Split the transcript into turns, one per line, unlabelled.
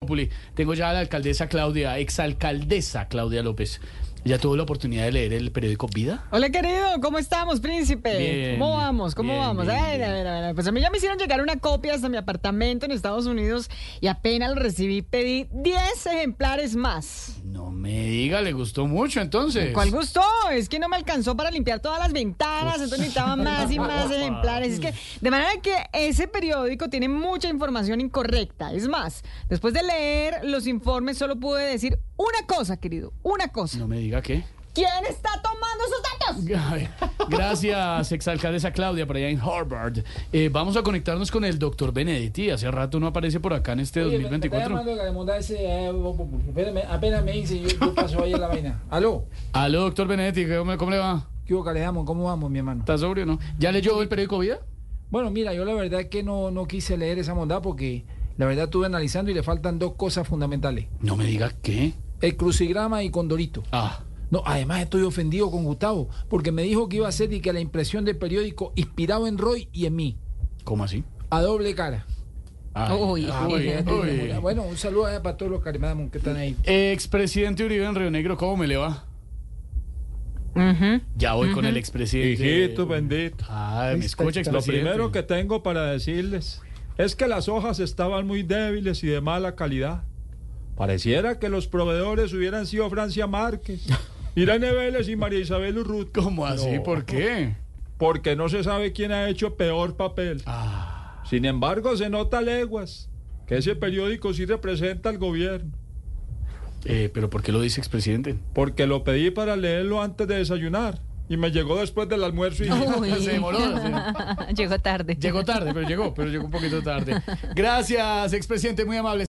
Populi. Tengo ya a la alcaldesa Claudia, exalcaldesa Claudia López. ¿Ya tuvo la oportunidad de leer el periódico Vida?
Hola querido, ¿cómo estamos, príncipe?
Bien,
¿Cómo vamos? ¿Cómo
bien,
vamos?
bien,
Ay,
bien.
a ver, a ver, Pues a mí ya me hicieron llegar una copia hasta mi apartamento en Estados Unidos y apenas lo recibí pedí 10 ejemplares más.
No me diga, le gustó mucho entonces.
¿Cuál gustó? Es que no me alcanzó para limpiar todas las ventanas, entonces necesitaba más y más ejemplares. Es que, de manera que ese periódico tiene mucha información incorrecta. Es más, después de leer los informes solo pude decir una cosa, querido, una cosa.
No me diga qué.
¿Quién está tomando esos datos?
Ay, Gracias, exalcaldesa Claudia, por allá en Harvard. Eh, vamos a conectarnos con el doctor Benedetti. Hace rato no aparece por acá en este
Oye, me- Me está
2024.
llamando que le mandase, eh, bo- bo- bo- espérame, apenas me dice, yo, yo paso ahí a la vaina. Aló,
Aló, doctor Benedetti, ¿cómo, cómo le va?
¿qué hubo, Calejamo? ¿Cómo vamos, mi hermano?
¿Está sobrio, no? ¿Ya leyó el periódico Vida?
Bueno, mira, yo la verdad que no, no quise leer esa bondad porque la verdad estuve analizando y le faltan dos cosas fundamentales.
No me diga qué.
El crucigrama y Condorito.
Ah,
No, además estoy ofendido con Gustavo porque me dijo que iba a hacer y que la impresión del periódico inspirado en Roy y en mí,
¿cómo así?
a doble cara.
Ay, ah,
Uy,
Ah,
ay, uy.
Bueno, un saludo allá para todos los Calimamón que están ahí.
Expresidente Uribe en Río Negro, ¿cómo me le va?
Ujú.
Ya voy con el expresidente.
Hijito bendito.
Ay, me escucha,
Lo
expresidente.
primero que tengo para decirles es que las hojas estaban muy débiles y de mala calidad. Pareciera que los proveedores hubieran sido Francia Márquez, Irene Vélez y María Isabel Urrutia,
¿Cómo así?
No.
¿Por qué?
porque no se sabe quién ha hecho peor papel.
Ah,
Sin embargo, se nota a leguas que ese periódico sí representa al gobierno,
eh, ¿Pero por qué lo dice expresidente?
porque lo pedí para leerlo antes de desayunar y me llegó después del almuerzo y...
Uy.
Se demoró. se-
Llegó tarde.
Llegó tarde, pero llegó, pero llegó un poquito tarde. Gracias, expresidente, muy amable.